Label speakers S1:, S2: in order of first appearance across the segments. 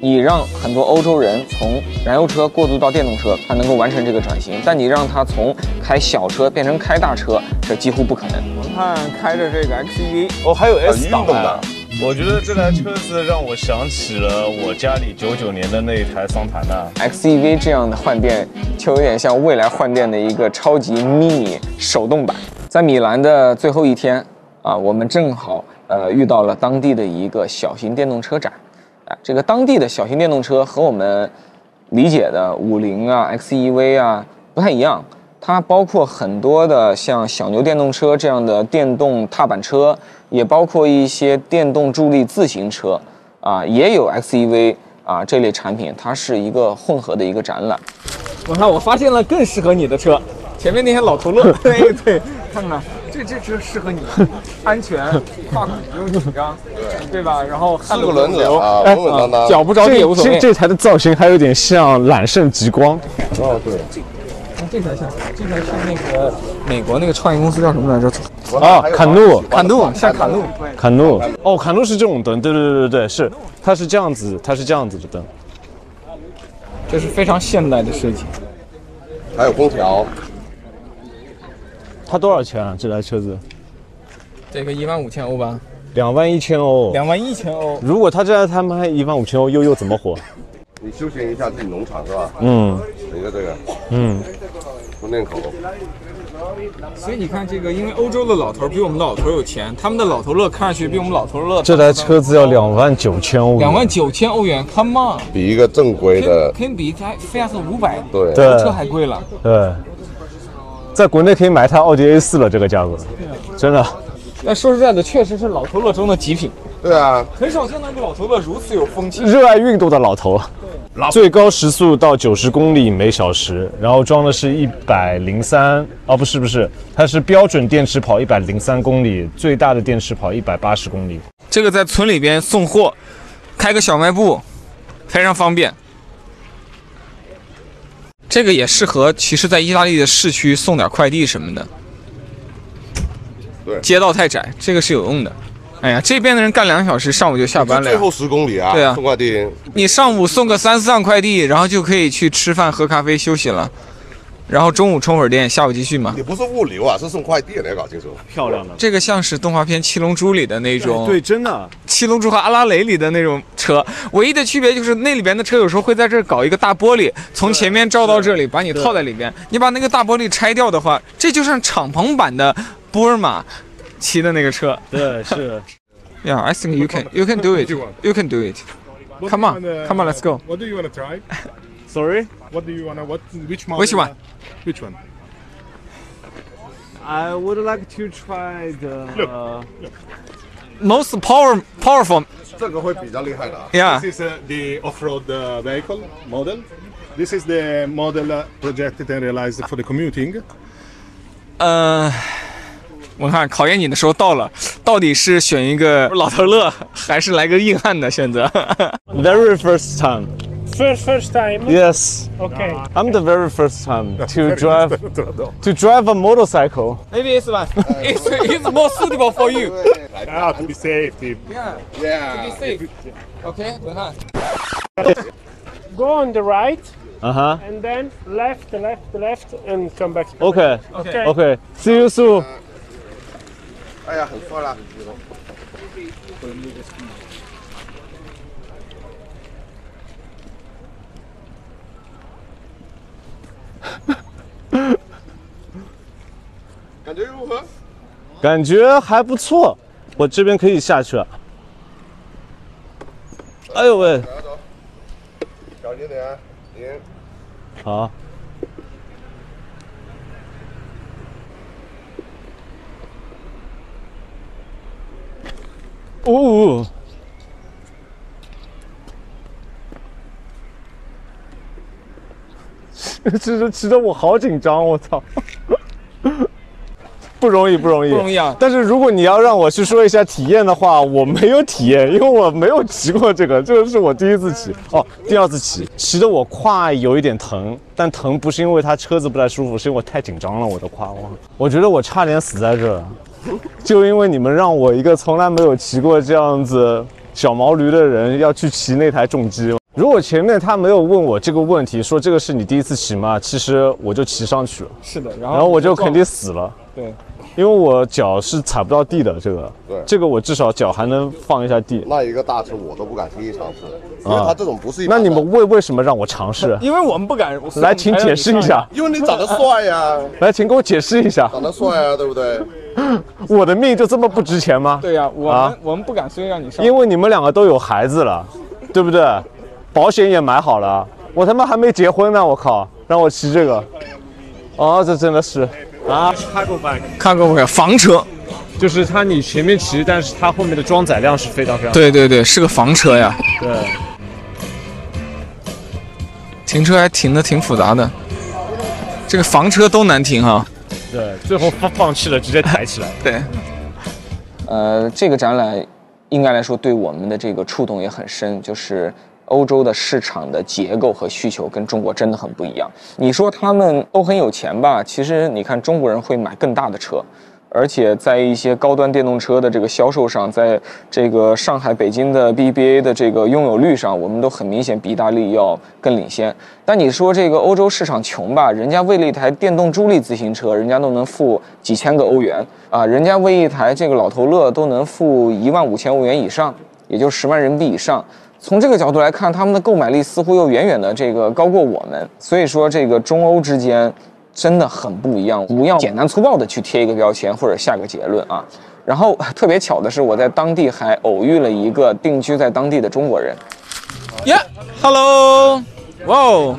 S1: 你让很多欧洲人从燃油车过渡到电动车，他能够完成这个转型，但你让他从开小车变成开大车，这几乎不可能。
S2: 我们看开着这个 XEV，
S3: 哦，还有 S
S4: 运
S3: 档啊
S4: 动
S3: 的
S4: 的，
S5: 我觉得这台车子让我想起了我家里九九年的那一台桑塔纳。
S1: XEV E 这样的换电，就有点像未来换电的一个超级 mini 手动版。在米兰的最后一天啊，我们正好呃遇到了当地的一个小型电动车展，啊，这个当地的小型电动车和我们理解的五菱啊、XEV 啊不太一样，它包括很多的像小牛电动车这样的电动踏板车，也包括一些电动助力自行车，啊，也有 XEV 啊这类产品，它是一个混合的一个展览。
S2: 我看我发现了更适合你的车，前面那些老头 乐，对对，看看这这车适合你，安全，胯骨不用紧张，对吧？然后四
S4: 四个轮子
S6: 哎
S4: 啊，稳稳当当。
S2: 哎脚不着地也无所谓
S6: 这。这台的造型还有点像揽胜极光，
S4: 哦，对，
S2: 这台像，这台是那个美国那个创业公司叫什么来着？
S6: 啊坎诺
S2: 卡努，像卡努。
S6: 坎诺哦，坎诺是这种灯，对对对对对，是，它是这样子，它是这样子的灯。
S2: 这是非常现代的设计。
S4: 还有空调，
S6: 它多少钱啊？这台车子
S2: 这个一万五千欧吧，
S6: 两万一千欧。
S2: 两万一千欧。
S6: 如果它这台他卖一万五千欧，又又怎么火？
S4: 你休闲一下自己农场是吧？
S6: 嗯
S4: 你的这个
S6: 嗯，
S4: 充电口，
S2: 所以你看这个，因为欧洲的老头比我们老头有钱，他们的老头乐看上去比我们老头乐
S6: 这台车子要两万九千欧元。
S2: 两万九千欧元，Come on，
S4: 比一个正规的
S2: 肯，肯比台菲亚特五百
S4: 对
S6: 对
S2: 车还贵了。
S6: 对，在国内可以买一台奥迪 A 四了，这个价格，真的。
S2: 但说实在的，确实是老头乐中的极品，
S4: 对啊，
S2: 很少见到一个老头乐如此有风气。
S6: 热爱运动的老头，最高时速到九十公里每小时，然后装的是一百零三，哦不是不是，它是标准电池跑一百零三公里，最大的电池跑一百八十公里。
S2: 这个在村里边送货，开个小卖部，非常方便。这个也适合，其实，在意大利的市区送点快递什么的。
S4: 对
S2: 街道太窄，这个是有用的。哎呀，这边的人干两个小时，上午就下班了
S4: 最
S2: 呀。
S4: 后十公里啊，
S2: 对啊
S4: 送快递，
S2: 你上午送个三四趟快递，然后就可以去吃饭、喝咖啡、休息了，然后中午充会儿电，下午继续嘛。
S4: 你不是物流啊，是送快递，你要搞清楚。
S6: 漂亮的，
S2: 这个像是动画片《七龙珠》里的那种，
S6: 哎对，真的，
S2: 《七龙珠》和《阿拉蕾》里的那种车，唯一的区别就是那里边的车有时候会在这儿搞一个大玻璃，从前面照到这里，把你套在里边。你把那个大玻璃拆掉的话，这就像敞篷版的波尔玛骑的那个车。
S6: 对是。
S2: Yeah, I think you can, you can do it, you can do it. Come on, come on, let's go.
S7: What do you want to try?
S6: Sorry,
S7: What do you want to, what, which model?
S2: Which one?
S7: Which one?
S6: I would like to try the.
S2: Most power, powerful.
S4: 这个会比较厉害的啊，
S2: Yeah.
S7: This is uh, the off-road uh, vehicle model. This is the model uh, projected and realized for the commuting.
S2: 呃，我看考验你的时候到了，到底是选一个老头乐，还是来个硬汉的选择？
S6: Very first time,
S8: First, first time.
S6: yes.
S8: Okay.
S6: I'm the very first time to drive to drive a motorcycle.
S2: Maybe it's one. It's it's more suitable for you.
S7: Ah, to be safety.
S2: Be safe. Okay，文翰。
S8: Go on the right
S6: Uh huh.
S8: and then left, left, left, and come back.
S6: Okay.
S2: OK
S6: Okay. See you soon.
S4: 哎呀，很帅啦。感觉如何？
S6: 感觉还不错，我这边可以下去了。哎呦喂，
S4: 走走，小心点啊，停。
S6: 好，哦，骑着骑着我好紧张，我操， 不容易，不容易，
S2: 不容易啊
S6: 但是如果你要让我去说一下体验的话，我没有体验， 因为我没有骑过这个，这个是我第一次骑，哦，第二次骑，骑的我胯有一点疼，但疼不是因为它车子不太舒服，是因为我太紧张了，我的胯，我我觉得我差点死在这儿，就因为你们让我一个从来没有骑过这样子小毛驴的人要去骑那台重机，如果前面他没有问我这个问题，说这个是你第一次骑吗？其实我就骑上去了，
S2: 是的，然
S6: 然后我就肯定死了。
S2: 啊对，
S6: 因为我脚是踩不到地的，这个，
S4: 对
S6: 这个我至少脚还能放一下地。
S4: 那一个大车我都不敢轻易尝试，因为它这种不是一般
S6: 啊那
S4: 的。
S6: 你们为为什么让我尝 试？
S2: 因为我们不敢所以
S6: 来，
S2: 我们
S6: 请
S2: 才让
S6: 解
S2: 你
S6: 释
S2: 上
S6: 一下，
S4: 因为你长得帅呀、
S6: 来，请给我解释一下，
S4: 长得帅啊，对不对？
S6: 我的命就这么不值钱吗？
S2: 对呀、我们、
S6: 啊
S2: 我们不敢随便让你上，
S6: 因为你们两个都有孩子了，对不对？保险也买好了，我他妈还没结婚呢，我靠，让我骑这个，哦，这真的是啊，
S2: 看过没有？房车，
S6: 就是它你前面骑，但是它后面的装载量是非常非常
S2: 对对对，是个房车呀。
S6: 对。
S2: 停车还停的挺复杂的，这个房车都难停哈、
S6: 对，最后放放弃了，直接抬起来。
S2: 对，
S1: 呃，这个展览应该来说对我们的这个触动也很深，就是欧洲的市场的结构和需求跟中国真的很不一样。你说他们都很有钱吧？其实你看中国人会买更大的车。而且在一些高端电动车的这个销售上，在这个上海、北京的 BBA 的这个拥有率上，我们都很明显比意大利要更领先。但你说这个欧洲市场穷吧，人家为了一台电动助力自行车，人家都能付几千个欧元啊，人家为一台这个老头乐都能付一万五千欧元以上，也就十万人民币以上。从这个角度来看，他们的购买力似乎又远远的这个高过我们。所以说，这个中欧之间真的很不一样，不要简单粗暴的去贴一个标签或者下个结论啊。然后 特别巧的是，我在当地还偶遇了一个定居在当地的中国人，
S2: 呀、h e l l o 哇哦，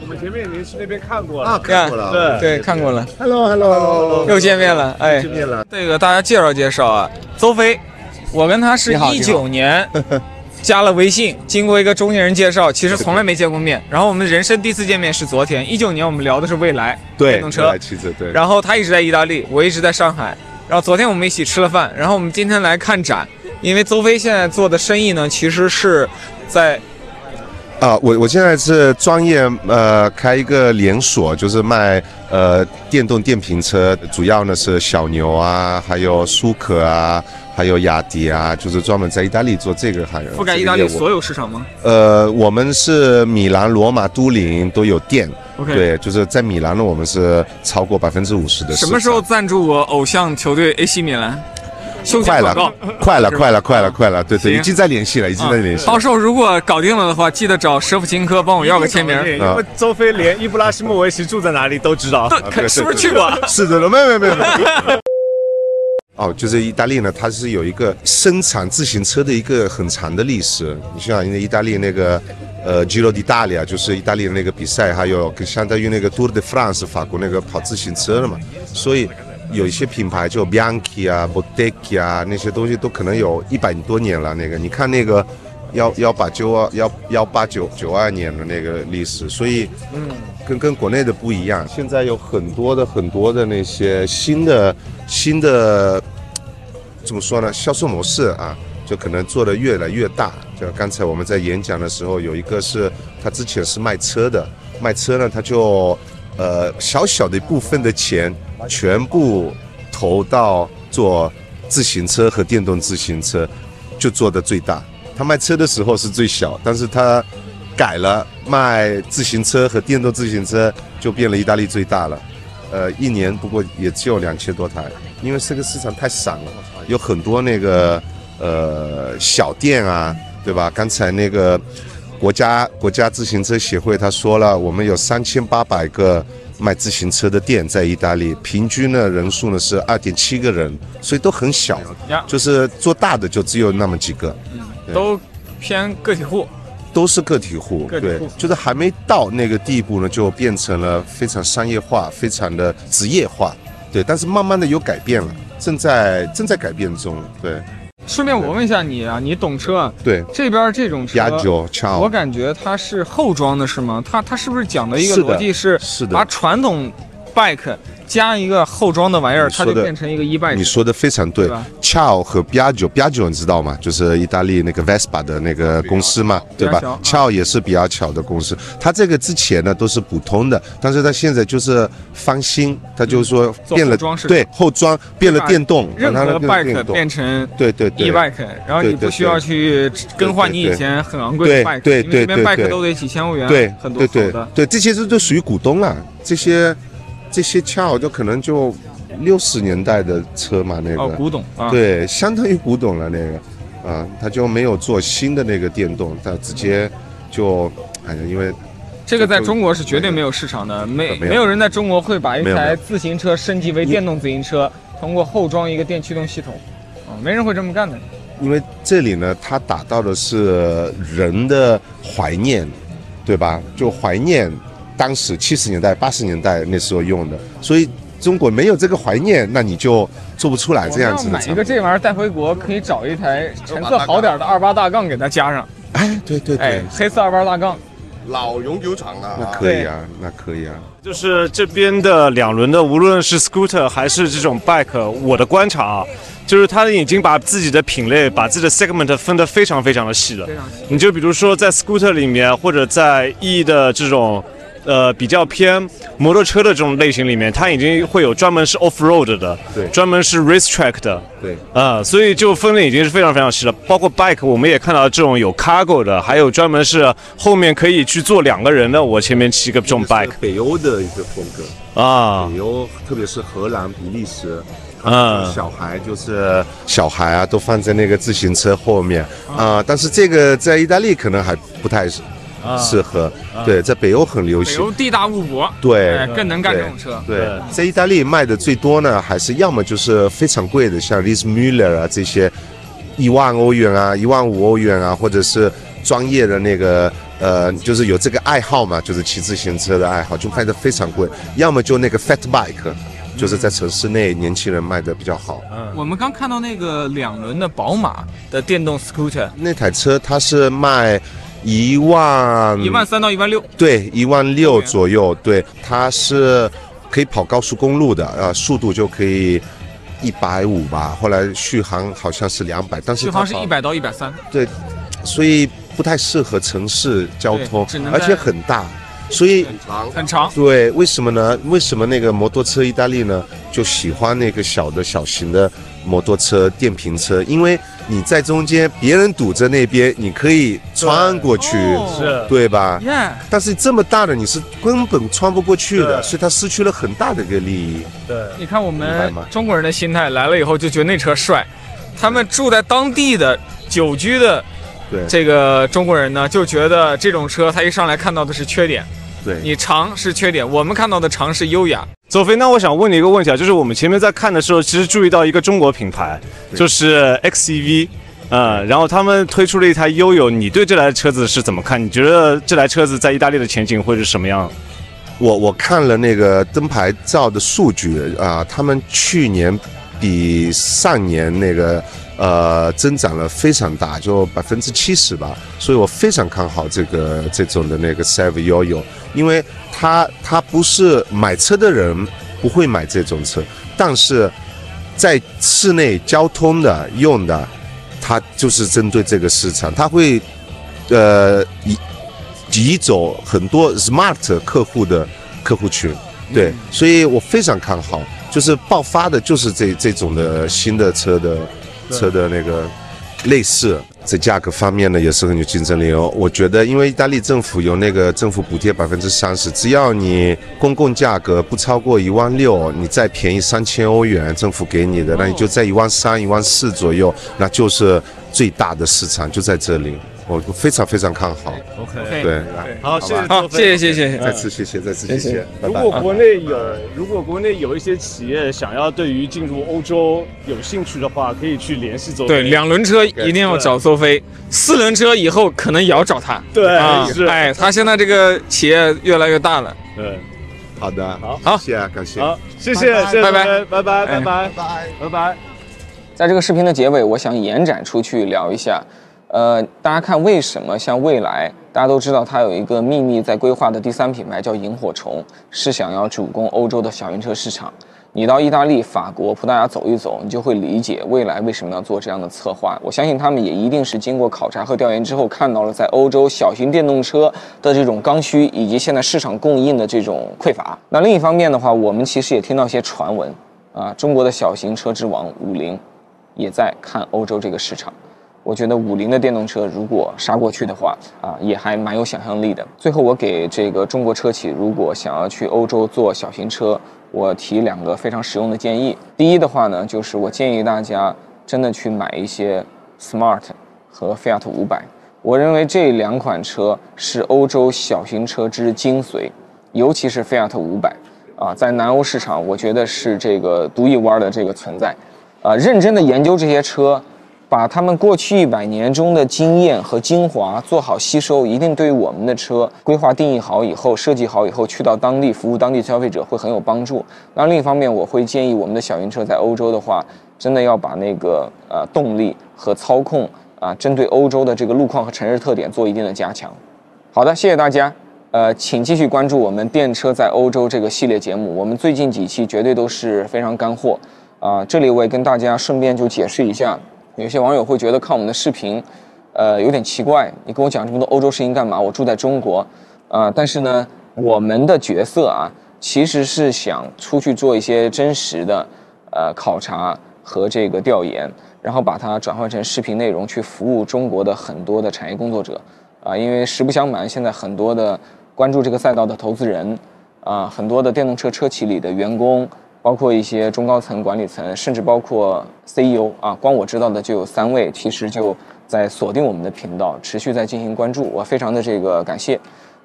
S6: 我们前面已经去那边看过了。
S4: 那看过了，
S6: 对，
S2: 对，看过了，
S7: Hello, hello, hello.
S2: 又见面了，哎，
S4: 见了。
S2: 这个大家介绍介绍啊，邹飞，我跟他是
S3: 你好
S2: 一
S3: 你
S2: 九
S3: 好
S2: 年加了微信，经过一个中间人介绍，其实从来没见过面。然后我们人生第一次见面是昨天，一九年我们聊的是未来电动车，
S7: 妻子对。
S2: 然后他一直在意大利，我一直在上海。然后昨天我们一起吃了饭，然后我们今天来看展，因为邹飞现在做的生意呢，其实是在
S9: 啊，我我现在是专业呃开一个连锁，就是卖呃电动电瓶车，主要呢是小牛啊，还有舒克啊，还有雅迪啊，就是专门在意大利做这个行业。
S2: 覆盖
S9: 这个
S2: 意大利
S9: 业务
S2: 所有市场吗
S9: 呃，我们是米兰、罗马、都灵都有店。
S2: ？OK，
S9: 对，就是在米兰呢，我们是超过百分之五十的市
S2: 什
S9: 场。
S2: 么时候赞助我偶像球队 AC 米兰？休闲
S9: 快了
S2: 广告。，
S9: 快了，
S2: 是吧
S9: 快了，快了，快了！对对，
S2: 行啊
S9: 已经在联系了，已经在联 系了。
S2: 到时候如果搞定了的话，记得找舍甫琴科帮 我要个签名。
S6: 因为周飞连伊布拉希莫维奇住在哪里都知道。
S9: 啊
S2: 可
S9: 对
S2: 是不是
S9: 对
S2: 去过？
S9: 是的，没有没有没有。哦，就是意大利呢，它是有一个生产自行车的一个很长的历史。你像意大利那个呃 Giro d'Italia，就是意大利的那个比赛，还有跟相当于那个 Tour de France，法国那个跑自行车的嘛，所以。有一些品牌，就 Bianchi 啊、Bottega 啊那些东西，都可能有一百多年了。那个，你看那个幺幺八九二幺幺八九九二年的那个历史，所以跟跟国内的不一样。现在有很多的很多的那些新的新的怎么说呢？销售模式啊，就可能做得越来越大。就刚才我们在演讲的时候，有一个是他之前是卖车的，卖车呢，他就呃小小的一部分的钱全部投到做自行车和电动自行车，就做得最大。他卖车的时候是最小，但是他改了卖自行车和电动自行车，就变了意大利最大了。呃，一年不过也只有两千多台，因为这个市场太散了，有很多那个呃小店啊，对吧？刚才那个国家国家自行车协会他说了，我们有三千八百个卖自行车的店在意大利，平均的人数呢是二点七个人，所以都很小
S2: 呀，
S9: 就是做大的就只有那么几个。对
S2: 都偏个体户。
S9: 都是个体户，
S2: 个体户
S9: 对，就是还没到那个地步呢，就变成了非常商业化、非常的职业化，对。但是慢慢的有改变了，正在正在改变中，对
S2: 顺便我问一下你啊，你懂车啊？
S9: 对。
S2: 这边这种车，
S9: 压轴
S2: 我
S9: Ciao，
S2: 感觉它是后装的是吗？它它是不是讲的一个
S9: 是的
S2: 逻辑是
S9: 是的
S2: 把传统 bike 加一个后装的玩意儿，
S9: 你
S2: 它
S9: 说
S2: 就
S9: 的
S2: 变成一个 e bike。
S9: 你说的非常对
S2: 对吧
S9: ，Ciao 和 Piaggio，Piaggio 你知道吗？就是意大利那个 Vespa 的那个公司嘛，对吧
S2: 比亚乔
S9: ？Ciao 也是比亚乔的公司，它这个之前呢都是普通的，但是它现在就是翻新，它就是说
S2: 嗯做
S9: 变
S2: 后
S9: 了
S2: 装是吧
S9: 对后装变了
S2: 把
S9: 电动，让
S2: 任
S9: 它
S2: 何
S9: 变成
S2: bike
S9: 电动
S2: 变成
S9: 对对
S2: e
S9: 对
S2: bike，然后你
S9: 对对
S2: 不需要去更换你以前很昂贵
S9: 对
S2: 的 bike，
S9: 对
S2: 因为这边
S9: 对
S2: bike
S9: 对
S2: 都得几千欧元，
S9: 对
S2: 啊很
S9: 对
S2: 多好
S9: 对
S2: 的。
S9: 对，这些都都属于股东了，这些这些 Ciao 就可能就六十年代的车嘛那个。
S2: 哦，古董啊，
S9: 对，相当于古董了那个，啊，他就没有做新的那个电动，他直接就，哎呀，因为
S2: 这个在中国是绝对没有市场的，没
S9: 没有
S2: 没有人在中国会把一
S9: 没有没
S2: 台
S9: 有
S2: 自行车升级为电动自行车，通过后装一个电驱动系统，啊，没人会这么干的。
S9: 因为这里呢，它打到的是人的怀念，对吧？就怀念当时七十年代、八十年代那时候用的，所以中国没有这个怀念，那你就做不出来
S2: 我
S9: 这
S2: 们
S9: 样
S2: 要
S9: 子的
S2: 买一
S9: 产
S2: 个
S9: 品。
S2: 这玩意儿带回国，可以找一台成色好点的二八大杠给它加上，
S9: 哎，对对对，
S2: 哎，黑色二八大杠，
S4: 老永久厂了
S9: 那
S4: 啊。
S9: 可以啊，那可以啊。
S6: 就是这边的两轮的，无论是 scooter 还是这种 bike，我的观察啊，就是他已经把自己的品类、把自己的 segment 分得非常非常的细了。
S2: 非常新。
S6: 你就比如说在 scooter 里面，或者在 E 的这种，呃，比较偏摩托车的这种类型里面，它已经会有专门是 off road 的，
S9: 对
S6: 专门是 race track 的，
S9: 对，
S6: 啊、所以就分类已经是非常非常细了。包括 bike，我们也看到这种有 cargo 的，还有专门是后面可以去坐两个人的，我前面骑个这种 bike
S9: 北欧的一个风格，
S6: 啊，
S9: 北欧，特别是荷兰、比利时，
S6: 嗯
S9: 小孩就是小孩啊，都放在那个自行车后面啊、但是这个在意大利可能还不太适
S6: 啊
S9: 适合，对，在北欧很流
S2: 北
S9: 行
S2: 欧，地大物博，
S9: 对。
S2: 哎，更能干这
S9: 对
S2: 种车。
S9: 对，在意大利卖的最多呢，还是要么就是非常贵的，像 Lis Müller 啊这些，一万欧元啊，一万五欧元啊，或者是专业的那个呃，就是有这个爱好嘛，就是骑自行车的爱好，就卖的非常贵。要么就那个 Fat Bike，就是在城市内年轻人卖的比较好。
S2: 我们刚看到那个两轮的宝马的电动 scooter，
S9: 那台车它是卖一万
S2: 一万三到一万六，
S9: 对一万
S2: 欧
S9: 六
S2: 元
S9: 左右，对，它是可以跑高速公路的，呃，速度就可以一百五吧。后来续航好像是两百，但是
S2: 续
S9: 它
S2: 航是
S9: 跑
S2: 一，百到一百三。
S9: 对，所以不太适合城市交
S2: 对
S9: 通
S2: 只能，
S9: 而
S2: 在
S9: 且很大，所以。
S2: 很长，
S9: 对，为什么呢？为什么那个摩托车意大利呢，就喜欢那个小的小型的摩托车、电瓶车？因为你在中间，别人堵着那边，你可以穿过去，
S2: 哦
S9: 对吧？
S2: 耶，
S9: 但是这么大的你是根本穿不过去的，
S6: 对
S9: 所以它失去了很大的一个利益。
S2: 你看我们
S9: 明白吗
S2: 中国人的心态，来了以后就觉得那车帅，他们住在当地的久居的
S9: 对
S2: 这个中国人呢，就觉得这种车他一上来看到的是缺点，
S9: 对，
S2: 你长是缺点，我们看到的长是优雅，
S6: 左飞，那我想问你一个问题啊，就是我们前面在看的时候，其实注意到一个中国品牌，就是 XEV，嗯，然后他们推出了一台悠悠，你对这台车子是怎么看？你觉得这台车子在意大利的前景会是什么样？
S9: 我我看了那个灯牌照的数据啊、他们去年比上年那个呃增长了非常大，就百分之七十吧，所以我非常看好这个这种的那个 Save Yoyo，因为它它不是买车的人不会买这种车，但是在室内交通的用的，它就是针对这个市场，它会呃移移走很多 smart 客户的客户群，对，所以我非常看好，就是爆发的就是这这种的新的车的车的那个类似。在价格方面呢，也是很有竞争力哦。我觉得，因为意大利政府有那个政府补贴百分之三十，只要你公共价格不超过一万六，你再便宜三千欧元，政府给你的，那你就在一万三、一万四左右，那就是最大的市场就在这里。我我非常非常看好。
S2: OK
S9: 对，
S6: 好，谢谢
S2: 好，谢谢谢谢谢
S9: 再次谢谢，再次谢谢，拜
S6: 如
S9: 拜。
S6: 果国内有，如果国内有一些企业想要对于进入欧洲有兴趣的话，可以去联系左
S2: 对，
S6: 飞。
S2: 两轮车一定要找邹飞，四轮车以后可能也要找他。
S6: 对
S2: 啊，
S6: 是
S2: 哎，他现在这个企业越来越大了。
S6: 对，
S9: 好的，
S2: 好
S9: 谢谢啊，感谢。
S6: 好，谢谢，谢谢
S2: 拜
S6: 左
S2: 拜
S6: 飞，拜拜，拜拜，
S2: 哎
S6: 拜拜，拜拜。
S1: 在这个视频的结尾，我想延展出去聊一下，呃，大家看为什么像蔚来，大家都知道它有一个秘密在规划的第三品牌叫萤火虫，是想要主攻欧洲的小型车市场。你到意大利、法国、葡萄牙走一走，你就会理解未来为什么要做这样的策划。我相信他们也一定是经过考察和调研之后，看到了在欧洲小型电动车的这种刚需，以及现在市场供应的这种匮乏。那另一方面的话，我们其实也听到一些传闻，啊，中国的小型车之王五菱，也在看欧洲这个市场。我觉得五菱的电动车如果杀过去的话，啊，也还蛮有想象力的。最后，我给这个中国车企，如果想要去欧洲做小型车，我提两个非常实用的建议。第一的话呢，就是我建议大家真的去买一些 Smart 和菲亚特五百。我认为这两款车是欧洲小型车之精髓，尤其是菲亚特五百啊，在南欧市场，我觉得是这个独一无二的这个存在。啊，认真的研究这些车，把他们过去一百年中的经验和精华做好吸收，一定对于我们的车规划定义好以后、设计好以后，去到当地服务当地消费者会很有帮助。那另一方面，我会建议我们的小型车在欧洲的话，真的要把那个呃动力和操控啊、针对欧洲的这个路况和城市特点做一定的加强。好的，谢谢大家。呃，请继续关注我们电车在欧洲这个系列节目，我们最近几期绝对都是非常干货啊、这里我也跟大家顺便就解释一下，有些网友会觉得看我们的视频，呃，有点奇怪，你跟我讲这么多欧洲事情干嘛？我住在中国，啊、但是呢，我们的角色啊，其实是想出去做一些真实的呃考察和这个调研，然后把它转换成视频内容去服务中国的很多的产业工作者。啊，因为实不相瞒，现在很多的关注这个赛道的投资人，啊，很多的电动车车企里的员工，包括一些中高层管理层，甚至包括 CEO 啊，光我知道的就有三位，其实就在锁定我们的频道，持续在进行关注，我非常的这个感谢。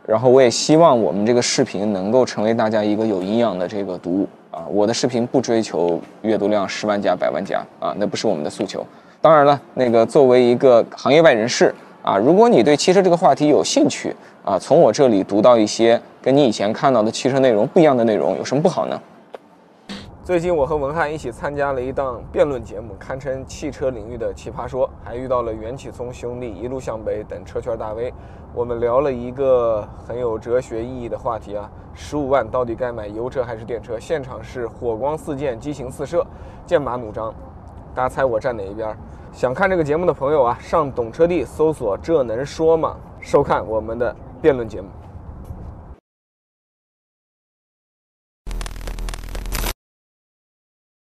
S1: 然后我也希望我们这个视频能够成为大家一个有营养的这个读物啊。我的视频不追求阅读量十万加、百万加啊，那不是我们的诉求。当然了，那个作为一个行业外人士啊，如果你对汽车这个话题有兴趣啊，从我这里读到一些跟你以前看到的汽车内容不一样的内容，有什么不好呢？最近我和文翰一起参加了一档辩论节目，堪称汽车领域的奇葩说，还遇到了袁启聪兄弟、一路向北等车圈大 V。我们聊了一个很有哲学意义的话题啊，十五万到底该买油车还是电车？现场是火光四溅，激情四射，剑拔弩张。大家猜我站哪一边儿？想看这个节目的朋友啊，上懂车帝搜索“这能说吗”，收看我们的辩论节目。